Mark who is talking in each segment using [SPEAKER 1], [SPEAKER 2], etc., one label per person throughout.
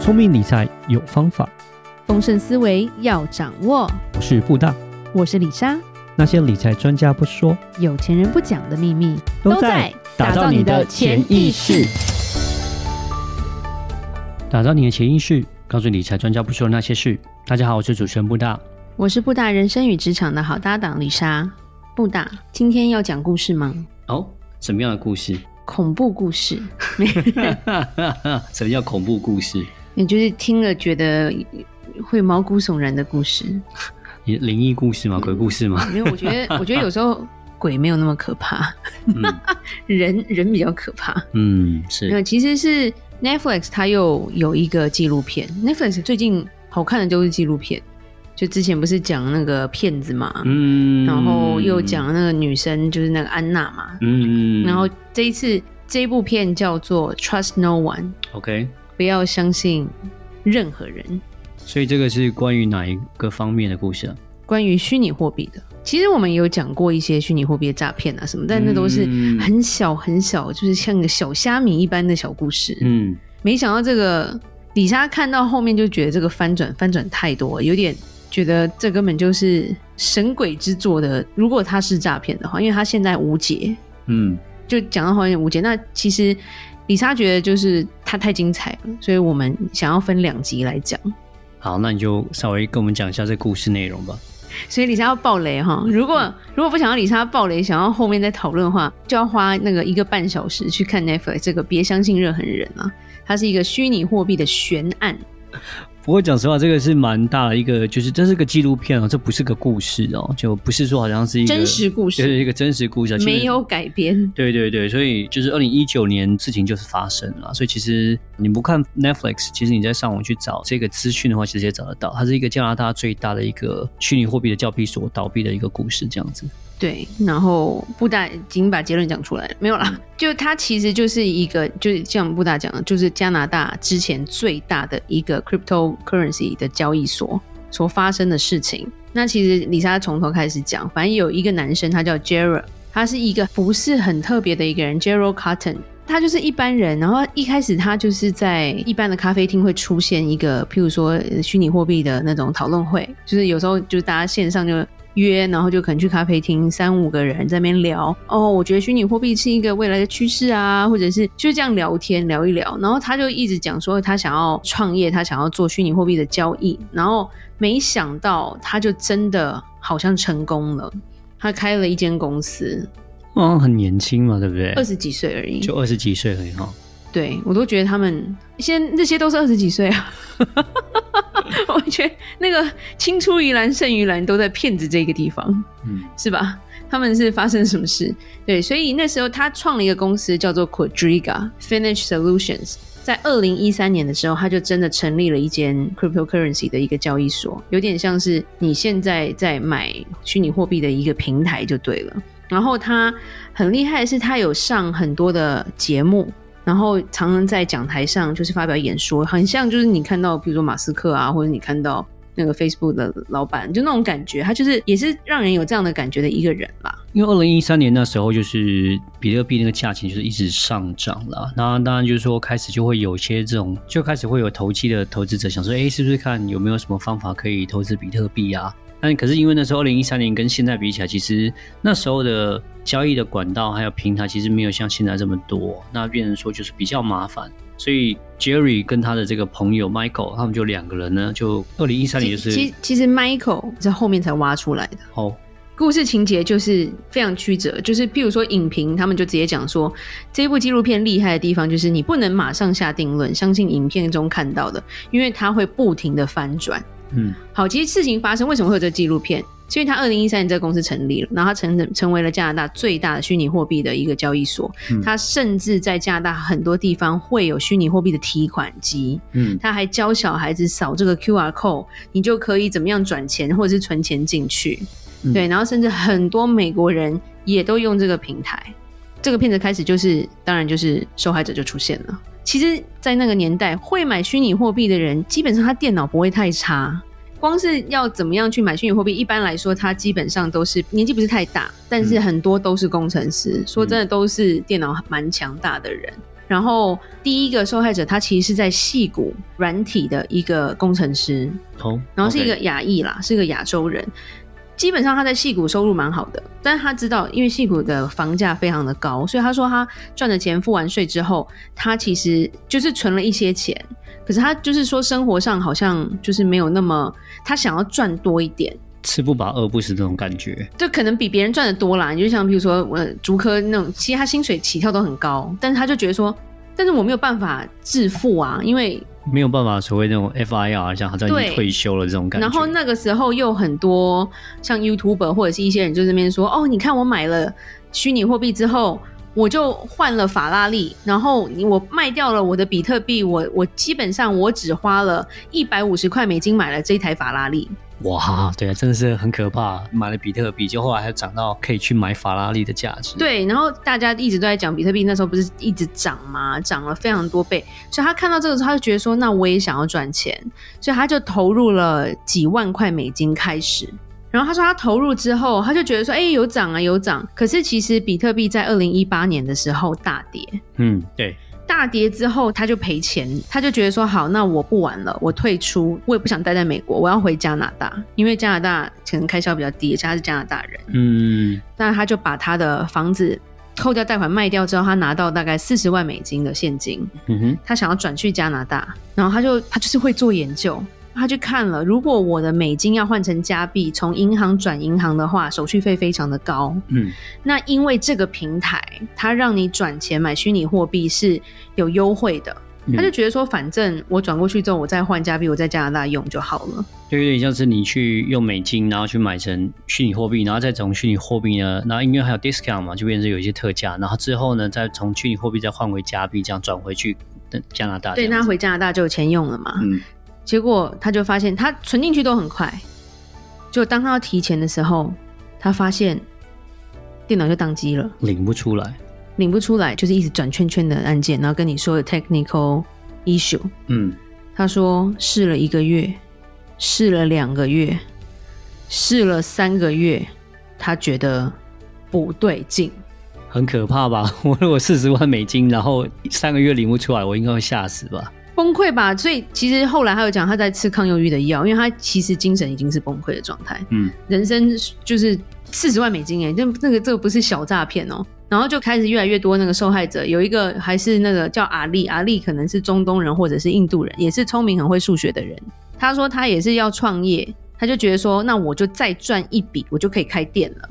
[SPEAKER 1] 聪明理财有方法，
[SPEAKER 2] 丰盛思维要掌握。
[SPEAKER 1] 我是布大。
[SPEAKER 2] 我是李莎，
[SPEAKER 1] 那些理财专家不说，
[SPEAKER 2] 有钱人不讲的秘密
[SPEAKER 1] 打造你的潜意识。，打造你的潜意识，告诉理财专家不说的那些事。大家好，我是主持人布大。
[SPEAKER 2] 我是布大人生与职场的好搭档李莎。布大，今天要讲故事吗？
[SPEAKER 1] 哦，什么样的故事？
[SPEAKER 2] 恐怖故事，
[SPEAKER 1] 什么叫恐怖故事？
[SPEAKER 2] 也就是听了觉得会毛骨悚然的故事。
[SPEAKER 1] 也灵异故事吗？鬼故事吗？
[SPEAKER 2] 因为我觉 得，我觉得有时候鬼没有那么可怕，
[SPEAKER 1] 嗯
[SPEAKER 2] 人人比较可怕。
[SPEAKER 1] 嗯，
[SPEAKER 2] 没有，
[SPEAKER 1] 是
[SPEAKER 2] 其实是 Netflix 它又有一个纪录片。Netflix 最近好看的都是纪录片，就之前不是讲那个骗子嘛，
[SPEAKER 1] 嗯
[SPEAKER 2] 然后又讲那个女生就是那个安娜嘛，
[SPEAKER 1] 嗯
[SPEAKER 2] 然后这一次这一部片叫做《Trust No One》，
[SPEAKER 1] OK，
[SPEAKER 2] 不要相信任何人，
[SPEAKER 1] 所以这个是关于哪一个方面的故事啊？
[SPEAKER 2] 关于虚拟货币的。其实我们也有讲过一些虚拟货币的诈骗啊什么，但那都是
[SPEAKER 1] 嗯
[SPEAKER 2] 很小很小，就是像个小虾米一般的小故事。
[SPEAKER 1] 嗯，
[SPEAKER 2] 没想到这个李莎看到后面就觉得这个翻转翻转太多了，有点觉得这根本就是神鬼之作的。如果他是诈骗的话，因为他现在无解，
[SPEAKER 1] 嗯，
[SPEAKER 2] 就讲到好像无解。那其实李莎觉得就是它太精彩了，所以我们想要分两集来讲。
[SPEAKER 1] 好，那你就稍微跟我们讲一下这故事内容吧。
[SPEAKER 2] 所以李莎要爆雷哈，如果如果不想要李莎爆雷，想要后面再讨论的话，就要花那个一个半小时去看 Netflix 这个《别相信任何人》啊，它是一个虚拟货币的悬案。
[SPEAKER 1] 不过讲实话，这个是蛮大的一个，就是这是个纪录片哦，这不是个故事哦，就不是说好像是一个
[SPEAKER 2] 真实故事
[SPEAKER 1] 就是一个真实故事啊，其实
[SPEAKER 2] 没有。改编，
[SPEAKER 1] 对对对，所以就是二零一九年事情就是发生了啊，所以其实你不看 Netflix，其实你在上网去找这个资讯的话，其实也找得到。它是一个加拿大最大的一个虚拟货币的交易所倒闭的一个故事，这样子。
[SPEAKER 2] 对，然后布达已经把结论讲出来了，没有啦，就它其实就是一个，就是像布达讲的，就是加拿大之前最大的一个 cryptocurrency 的交易所所发生的事情。那其实李莎从头开始讲，反正有一个男生，他叫 Gerald，他是一个不是很特别的一个人，Gerald Cotton。他就是一般人，然后一开始他就是在一般的咖啡厅会出现一个，譬如说呃虚拟货币的那种讨论会，就是有时候就是大家线上就约，然后就可能去咖啡厅三五个人在那边聊。哦，我觉得虚拟货币是一个未来的趋势啊，或者是就是这样聊天聊一聊。然后他就一直讲说他想要创业，他想要做虚拟货币的交易。然后没想到他就真的好像成功了，他开了一间公司，
[SPEAKER 1] 好像哦很年轻嘛，对不对？
[SPEAKER 2] 二十几岁而已。
[SPEAKER 1] 就二十几岁而已哈。
[SPEAKER 2] 对我都觉得他们现在这些都是二十几岁啊。 我觉得那个青出于蓝胜于蓝都在骗子这个地方。
[SPEAKER 1] 嗯
[SPEAKER 2] 是吧？他们是发生什么事？对，所以那时候他创了一个公司叫做 Quadriga Finish Solutions。在二零一三年的时候，他就真的成立了一间 cryptocurrency 的一个交易所，有点像是你现在在买虚拟货币的一个平台就对了。然后他很厉害的是，他有上很多的节目，然后常常在讲台上就是发表演说，很像就是你看到比如说马斯克啊，或者你看到那个 Facebook 的老板，就那种感觉，他就是也是让人有这样的感觉的一个人啦。
[SPEAKER 1] 因为二零一三年那时候就是比特币那个价钱就是一直上涨啦，那当然就是说开始就会有一些这种，就开始会有投机的投资者想说，哎，是不是看有没有什么方法可以投资比特币啊？但可是因为那时候二零一三年跟现在比起来，其实那时候的交易的管道还有平台其实没有像现在这么多，那变成说就是比较麻烦，所以 Jerry 跟他的这个朋友 Michael 他们就两个人呢，就二零一三年就
[SPEAKER 2] 其
[SPEAKER 1] 是
[SPEAKER 2] 其其实 Michael 在后面才挖出来的。
[SPEAKER 1] 哦，
[SPEAKER 2] 故事情节就是非常曲折，就是譬如说影评，他们就直接讲说，这部纪录片厉害的地方就是你不能马上下定论，相信影片中看到的，因为它会不停的翻转。
[SPEAKER 1] 嗯
[SPEAKER 2] 好，其实事情发生为什么会有这纪录片？是因为他二零一三年这个公司成立了，然后他成成为了加拿大最大的虚拟货币的一个交易所
[SPEAKER 1] 嗯。
[SPEAKER 2] 他甚至在加拿大很多地方会有虚拟货币的提款机，
[SPEAKER 1] 嗯
[SPEAKER 2] 他还教小孩子扫这个 QR code，你就可以怎么样转钱或者是存钱进去。
[SPEAKER 1] 嗯
[SPEAKER 2] 对，然后甚至很多美国人也都用这个平台。这个片子开始就是，当然就是受害者就出现了。其实，在那个年代，会买虚拟货币的人，基本上他电脑不会太差。光是要怎么样去买虚拟货币，一般来说，他基本上都是年纪不是
[SPEAKER 1] 嗯
[SPEAKER 2] 太大，但是很多都是工程师，说真的都是电脑蛮强大的人。然后第一个受害者他其实是在戏谷软体的一个工程师，
[SPEAKER 1] 哦，
[SPEAKER 2] 然后是一个
[SPEAKER 1] OK
[SPEAKER 2] 亚裔啦，是一个亚洲人。基本上他在戏谷收入蛮好的，但是他知道，因为戏谷的房价非常的高，所以他说他赚的钱付完税之后，他其实就是存了一些钱，可是他就是说生活上好像就是没有那么，他想要赚多一点，
[SPEAKER 1] 吃不饱饿不死这种感觉，
[SPEAKER 2] 就可能比别人赚的多啦。你就像比如说我竹科那种，其实他薪水起跳都很高，但是他就觉得说，但是我没有办法致富啊，因为
[SPEAKER 1] 没有办法所谓那种 FIR，像好像已
[SPEAKER 2] 对
[SPEAKER 1] 经退休了这种感觉。
[SPEAKER 2] 然后那个时候又很多像 YouTuber 或者是一些人就这边说，哦，你看我买了虚拟货币之后，我就换了法拉利，然后你我卖掉了我的比特币，我我基本上我只花了一百五十块美金买了这一台法拉利，
[SPEAKER 1] 哇，对啊，真的是很可怕。买了比特币，就后来还涨到可以去买法拉利的价值。，
[SPEAKER 2] 对，然后大家一直都在讲比特币，那时候不是一直涨吗？涨了非常多倍，所以他看到这个时候，他就觉得说，那我也想要赚钱，所以他就投入了几万块美金开始。然后他说他投入之后，他就觉得说，哎，有涨啊，有涨。可是其实比特币在二零一八年的时候大跌，
[SPEAKER 1] 嗯，对，
[SPEAKER 2] 大跌之后他就赔钱，他就觉得说，好，那我不玩了，我退出，我也不想待在美国，我要回加拿大，因为加拿大可能开销比较低，而且他是加拿大人。
[SPEAKER 1] 嗯，
[SPEAKER 2] 那他就把他的房子扣掉贷款卖掉之后，他拿到大概四十万美金的现金，
[SPEAKER 1] 嗯哼，
[SPEAKER 2] 他想要转去加拿大，然后他就他就是会做研究，他去看了，如果我的美金要换成加币，从银行转银行的话，手续费非常的高。
[SPEAKER 1] 嗯，
[SPEAKER 2] 那因为这个平台，它让你转钱买虚拟货币是有优惠的，
[SPEAKER 1] 嗯
[SPEAKER 2] 他就觉得说，反正我转过去之后，我再换加币，我在加拿大用就好了。
[SPEAKER 1] 就有点像是你去用美金，然后去买成虚拟货币，然后再从虚拟货币呢，然后因为还有 discount 嘛，就变成有一些特价，然后之后呢，再从虚拟货币再换回加币，这样转回去呃加拿大这
[SPEAKER 2] 对，
[SPEAKER 1] 样
[SPEAKER 2] 那
[SPEAKER 1] 子。
[SPEAKER 2] 他回加拿大就有钱用了嘛。
[SPEAKER 1] 嗯，
[SPEAKER 2] 结果他就发现他存进去都很快，就当他要提钱的时候，他发现电脑就宕机了，
[SPEAKER 1] 领不出来。
[SPEAKER 2] 领不出来，就是一直转圈圈的按键，然后跟你说有 technical issue。
[SPEAKER 1] 嗯，
[SPEAKER 2] 他说试了一个月，试了两个月，试了三个月，他觉得不对劲。
[SPEAKER 1] 很可怕吧？ 我如果四十万美金，然后三个月领不出来，我应该会吓死吧？
[SPEAKER 2] 崩溃吧，所以其实后来他有讲他在吃抗忧郁的药，因为他其实精神已经是崩溃的状态。
[SPEAKER 1] 嗯，
[SPEAKER 2] 人生就是四十万美金哎，那那个这个不是小诈骗哦。然后就开始越来越多那个受害者，有一个还是那个叫阿丽，阿丽可能是中东人或者是印度人，也是聪明很会数学的人。他说他也是要创业，他就觉得说，那我就再赚一笔，我就可以开店了。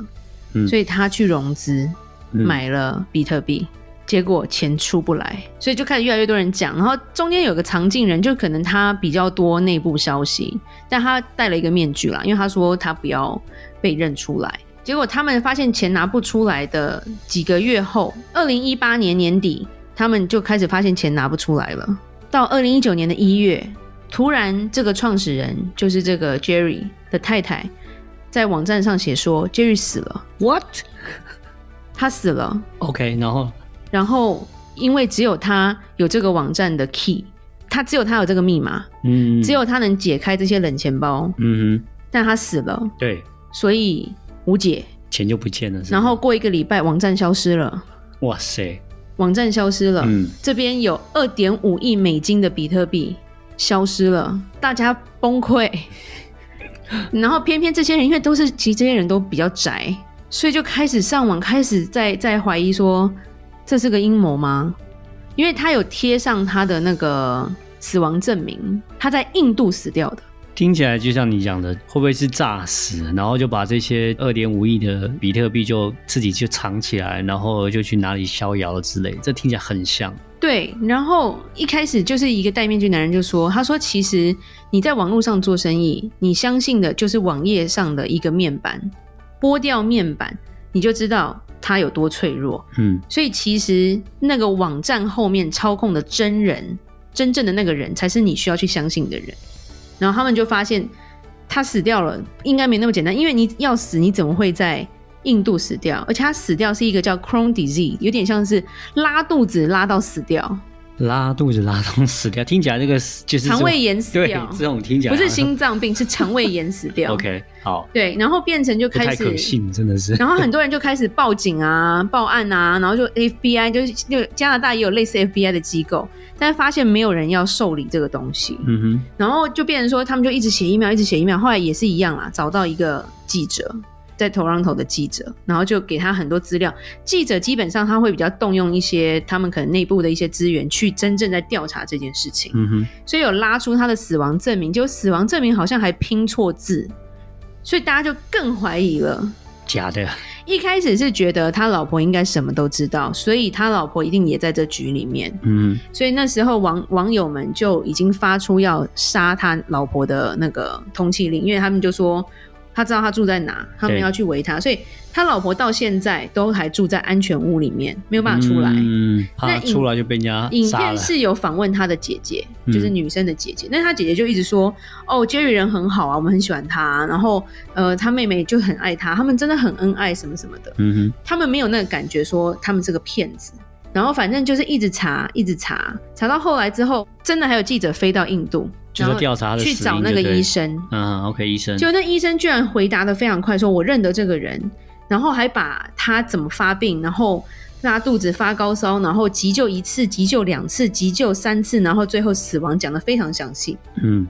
[SPEAKER 1] 嗯
[SPEAKER 2] 所以他去融资，
[SPEAKER 1] 嗯
[SPEAKER 2] 买了比特币，结果钱出不来，所以就开始越来越多人讲。然后中间有个常进人，就可能他比较多内部消息，但他戴了一个面具啦，因为他说他不要被认出来。结果他们发现钱拿不出来的几个月后，二零一八年年底，他们就开始发现钱拿不出来了。到二零一九年的一月，突然这个创始人就是这个 Jerry 的太太，在网站上写说 Jerry 死了，
[SPEAKER 1] What？
[SPEAKER 2] 他死了。
[SPEAKER 1] OK，然后
[SPEAKER 2] 然后因为只有他有这个网站的 key，他只有他有这个密码，
[SPEAKER 1] 嗯，
[SPEAKER 2] 只有他能解开这些冷钱包，
[SPEAKER 1] 嗯哼，
[SPEAKER 2] 但他死了，
[SPEAKER 1] 对，
[SPEAKER 2] 所以无解。
[SPEAKER 1] 钱就不见了是不是
[SPEAKER 2] 然后过一个礼拜，网站消失了，
[SPEAKER 1] 哇塞，
[SPEAKER 2] 网站消失了，
[SPEAKER 1] 嗯，
[SPEAKER 2] 这边有二点五亿美金的比特币消失了，大家崩溃。然后偏偏这些人，因为都是其实这些人都比较宅，所以就开始上网，开始在在怀疑说这是个阴谋吗？因为他有贴上他的那个死亡证明，他在印度死掉的。
[SPEAKER 1] 听起来就像你讲的，会不会是诈死？然后就把这些二点五亿的比特币就自己就藏起来，然后就去哪里逍遥了之类？这听起来很像。
[SPEAKER 2] 对，然后一开始就是一个戴面具男人就说：“他说其实你在网络上做生意，你相信的就是网页上的一个面板，剥掉面板，你就知道它有多脆弱。
[SPEAKER 1] 嗯，
[SPEAKER 2] 所以其实那个网站后面操控的真人，真正的那个人才是你需要去相信的人。然后他们就发现他死掉了，应该没那么简单，因为你要死，你怎么会在印度死掉？而且他死掉是一个叫 Crohn disease，有点像是拉肚子拉到死掉。
[SPEAKER 1] 拉肚子拉痛死掉，听起来这个就是
[SPEAKER 2] 肠胃炎死
[SPEAKER 1] 对
[SPEAKER 2] 掉
[SPEAKER 1] 这种听起来
[SPEAKER 2] 不是心脏病，是肠胃炎死 掉。
[SPEAKER 1] OK 好，
[SPEAKER 2] 对，然后变成就
[SPEAKER 1] 不
[SPEAKER 2] 开
[SPEAKER 1] 太
[SPEAKER 2] 始
[SPEAKER 1] 可信，真的 是
[SPEAKER 2] 然后很多人就开始报警 啊、报案啊，然后就 FBI 就是就加拿大也有类似 FBI 的机构，但发现没有人要受理这个东西，
[SPEAKER 1] 嗯哼
[SPEAKER 2] 然后就变成说他们就一直写 email，一直写 email，后来也是一样啦，找到一个记者。在头浪头的记者，然后就给他很多资料。记者基本上他会比较动用一些他们可能内部的一些资源去真正在调查这件事情，
[SPEAKER 1] 嗯哼，
[SPEAKER 2] 所以有拉出他的死亡证明，结果死亡证明好像还拼错字，所以大家就更怀疑了。
[SPEAKER 1] 假的，
[SPEAKER 2] 一开始是觉得他老婆应该什么都知道，所以他老婆一定也在这局里面。
[SPEAKER 1] 嗯
[SPEAKER 2] 所以那时候网网友们就已经发出要杀他老婆的那个通缉令，因为他们就说他知道他住在哪，他们
[SPEAKER 1] 对
[SPEAKER 2] 要去围他，所以他老婆到现在都还住在安全屋里面，没有办法出来。
[SPEAKER 1] 嗯，怕
[SPEAKER 2] 那影
[SPEAKER 1] 出来就被人家
[SPEAKER 2] 影
[SPEAKER 1] 杀
[SPEAKER 2] 片
[SPEAKER 1] 了，
[SPEAKER 2] 是有访问他的姐姐，
[SPEAKER 1] 嗯
[SPEAKER 2] 就是女生的姐姐。那他姐姐就一直说：“哦，Jerry 人很好啊，我们很喜欢他。然后，呃，他妹妹就很爱他，他们真的很恩爱，什么什么的。”
[SPEAKER 1] 嗯
[SPEAKER 2] 他们没有那个感觉说他们是个骗子。然后反正就是一直查，一直查，查到后来之后，真的还有记者飞到印度，
[SPEAKER 1] 就说
[SPEAKER 2] 然后
[SPEAKER 1] 调查他的
[SPEAKER 2] 去
[SPEAKER 1] 死
[SPEAKER 2] 找
[SPEAKER 1] 因
[SPEAKER 2] 那
[SPEAKER 1] 就
[SPEAKER 2] 个
[SPEAKER 1] 对
[SPEAKER 2] 医生，
[SPEAKER 1] 哼嗯 OK 医生，
[SPEAKER 2] 就那医生居然回答的非常快，说我认得这个人，然后还把他怎么发病，然后拉肚子、发高烧，然后急救一次、急救两次、急救三次，然后最后死亡讲的非常详细。
[SPEAKER 1] 嗯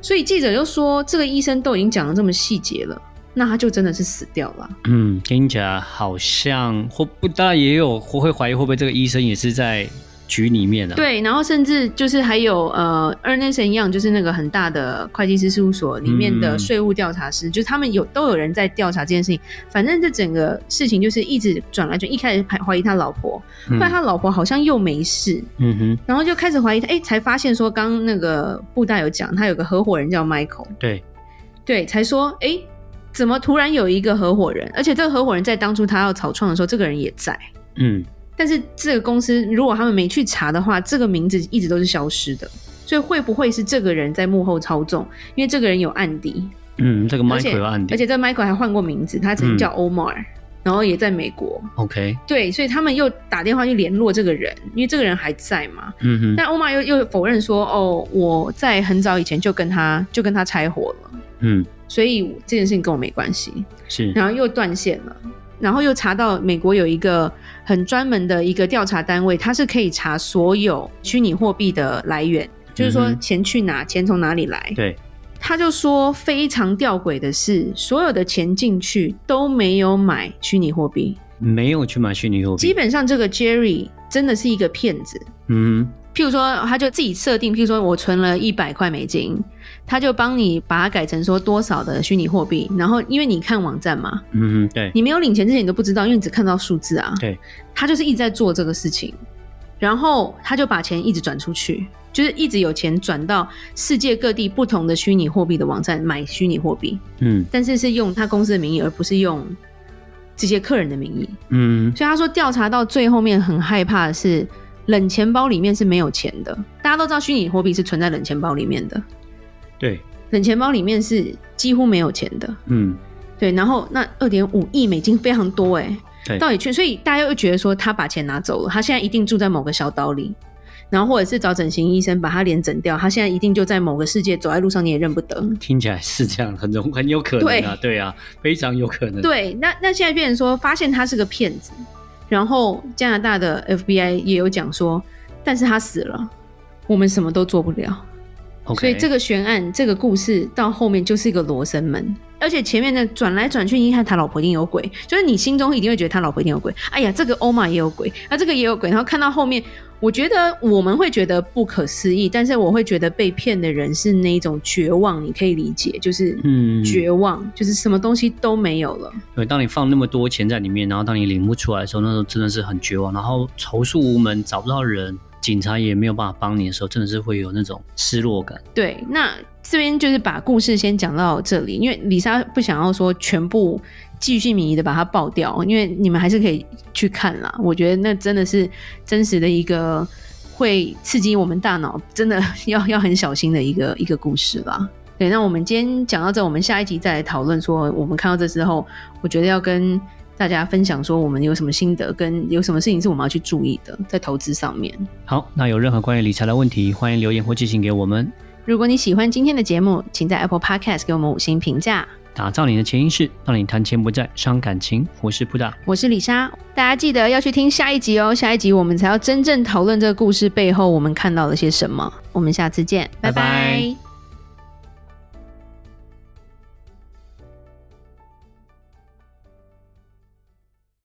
[SPEAKER 2] 所以记者就说，这个医生都已经讲的这么细节了，那他就真的是死掉了。
[SPEAKER 1] 嗯，听起来好像或不，当然也有我会怀疑会不会这个医生也是在局里面的、啊，
[SPEAKER 2] 对，然后甚至就是还有呃，Ernest Young，就是那个很大的会计师事务所里面的
[SPEAKER 1] 嗯
[SPEAKER 2] 税务调查师，就是他们有都有人在调查这件事情。反正这整个事情就是一直转来转，一开始还怀疑他老婆，后
[SPEAKER 1] 嗯
[SPEAKER 2] 来他老婆好像又没事，
[SPEAKER 1] 嗯哼，
[SPEAKER 2] 然后就开始怀疑他，哎，才发现说刚刚那个布大有讲，他有个合伙人叫 Michael，
[SPEAKER 1] 对，
[SPEAKER 2] 对，才说哎，怎么突然有一个合伙人？而且这个合伙人在当初他要草创的时候，这个人也在。
[SPEAKER 1] 嗯
[SPEAKER 2] 但是这个公司如果他们没去查的话，这个名字一直都是消失的。所以会不会是这个人在幕后操纵？因为这个人有案底，
[SPEAKER 1] 嗯，这个
[SPEAKER 2] 而且
[SPEAKER 1] Michael 有案
[SPEAKER 2] 而
[SPEAKER 1] 底
[SPEAKER 2] 且这 Michael 还换过名字，他曾经叫 Omar，、然后也在美国。
[SPEAKER 1] ，OK，
[SPEAKER 2] 对，所以他们又打电话去联络这个人，因为这个人还在嘛。
[SPEAKER 1] 嗯哼，
[SPEAKER 2] 但 Omar 又又否认说，哦，我在很早以前就跟他就跟他拆伙了，
[SPEAKER 1] 嗯
[SPEAKER 2] 所以这件事情跟我没关系。
[SPEAKER 1] 是，
[SPEAKER 2] 然后又断线了，然后又查到美国有一个很专门的一个调查单位，它是可以查所有虚拟货币的来源，就是说
[SPEAKER 1] 嗯哼
[SPEAKER 2] 钱去哪，钱从哪里来。
[SPEAKER 1] 对，
[SPEAKER 2] 他就说非常吊诡的是，所有的钱进去都没有买虚拟货币，
[SPEAKER 1] 没有去买虚拟货币，
[SPEAKER 2] 基本上这个 Jerry 真的是一个骗子。
[SPEAKER 1] 嗯哼
[SPEAKER 2] 譬如说，他就自己设定，譬如说我存了一百块美金，他就帮你把它改成说多少的虚拟货币，然后因为你看网站嘛，
[SPEAKER 1] 嗯哼，对，
[SPEAKER 2] 你没有领钱之前你都不知道，因为你只看到数字啊。
[SPEAKER 1] 对，
[SPEAKER 2] 他就是一直在做这个事情，然后他就把钱一直转出去，就是一直有钱转到世界各地不同的虚拟货币的网站买虚拟货币，
[SPEAKER 1] 嗯
[SPEAKER 2] 但是是用他公司的名义，而不是用这些客人的名义。
[SPEAKER 1] 嗯
[SPEAKER 2] 所以他说调查到最后面很害怕的是。冷钱包里面是没有钱的，大家都知道虚拟货币是存在冷钱包里面的，
[SPEAKER 1] 对，
[SPEAKER 2] 冷钱包里面是几乎没有钱的。
[SPEAKER 1] 嗯
[SPEAKER 2] 对，然后那二点五亿美金非常多哎、
[SPEAKER 1] 对
[SPEAKER 2] 到底去，所以大家又觉得说他把钱拿走了，他现在一定住在某个小岛里，然后或者是找整形医生把他脸整掉，他现在一定就在某个世界，走在路上你也认不得。
[SPEAKER 1] 听起来是这样，很容很有可能啊，对啊，非常有可能，，
[SPEAKER 2] 对，那那现在变成说发现他是个骗子，然后加拿大的 FBI 也有讲说，但是他死了，我们什么都做不了。所以这
[SPEAKER 1] 个
[SPEAKER 2] 个悬案、这个故事到后面就是一个罗生门，而且前面的转来转去，你一看他老婆一定有鬼，就是你心中一定会觉得他老婆一定有鬼。哎呀，这个欧玛也有鬼，啊，这个也有鬼。然后看到后面，我觉得我们会觉得不可思议，但是我会觉得被骗的人是那一种绝望，你可以理解，就是
[SPEAKER 1] 嗯
[SPEAKER 2] 绝望，就是什么东西都没有了。
[SPEAKER 1] 对，当你放那么多钱在里面，然后当你领不出来的时候，那时候真的是很绝望，然后投诉无门，找不到人，警察也没有办法帮你的时候，真的是会有那种失落感。
[SPEAKER 2] 对，那这边就是把故事先讲到这里，因为李莎不想要说全部继续迷的把它爆掉，因为你们还是可以去看啦。我觉得那真的是真实的一个会刺激我们大脑，真的要要很小心的一个一个故事啦。对，那我们今天讲到这，我们下一集再来讨论说我们看到这之后，我觉得要跟。大家分享说我们有什么心得，跟有什么事情是我们要去注意的，在投资上面。
[SPEAKER 1] 好，那有任何关于理财的问题，欢迎留言或寄信给我们。
[SPEAKER 2] 如果你喜欢今天的节目，请在 Apple Podcast 给我们五星评价。
[SPEAKER 1] 打造你的潜意识，让你谈钱不再伤感情。我是布达，
[SPEAKER 2] 我是李莎，大家记得要去听下一集哦，下一集我们才要真正讨论这个故事背后我们看到了些什么。我们下次见，拜拜。
[SPEAKER 1] 拜拜